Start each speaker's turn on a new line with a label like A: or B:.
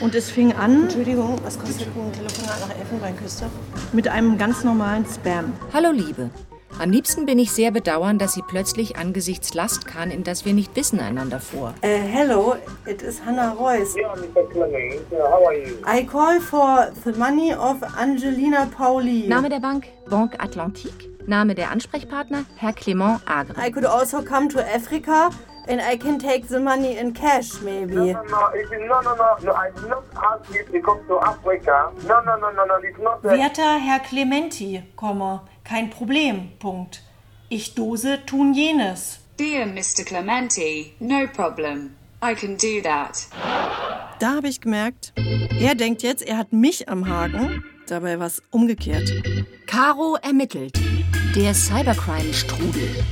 A: Und es fing an
B: Entschuldigung, was kostet ein Telefonat nach Elfenbeinküste?
A: mit einem ganz normalen Spam.
C: Hallo Liebe. Am liebsten bin ich sehr bedauern, dass sie plötzlich angesichts Last kam, in das wir nicht wissen, einander vor.
B: Uh, hello, it is Hannah Royce.
D: Yeah, Mr. Clemens, uh, how are you?
B: I call for the money of Angelina Pauli.
C: Name der Bank Banque Atlantique. Name der Ansprechpartner Herr Clement Agre.
B: I could also come to Africa and I can take the money in cash maybe.
D: No, no, it's, no, no, no, no, I did not ask you to come to Africa. No, no, no, no, no, it's not. Uh,
E: Werter Herr Clementi, Komma, kein Problem, Punkt. Ich dose tun jenes.
F: Dear Mr. Clementi, no problem. I can do that.
A: Da habe ich gemerkt, er denkt jetzt, er hat mich am Haken. Dabei war es umgekehrt.
C: Caro ermittelt. Der Cybercrime-Strudel.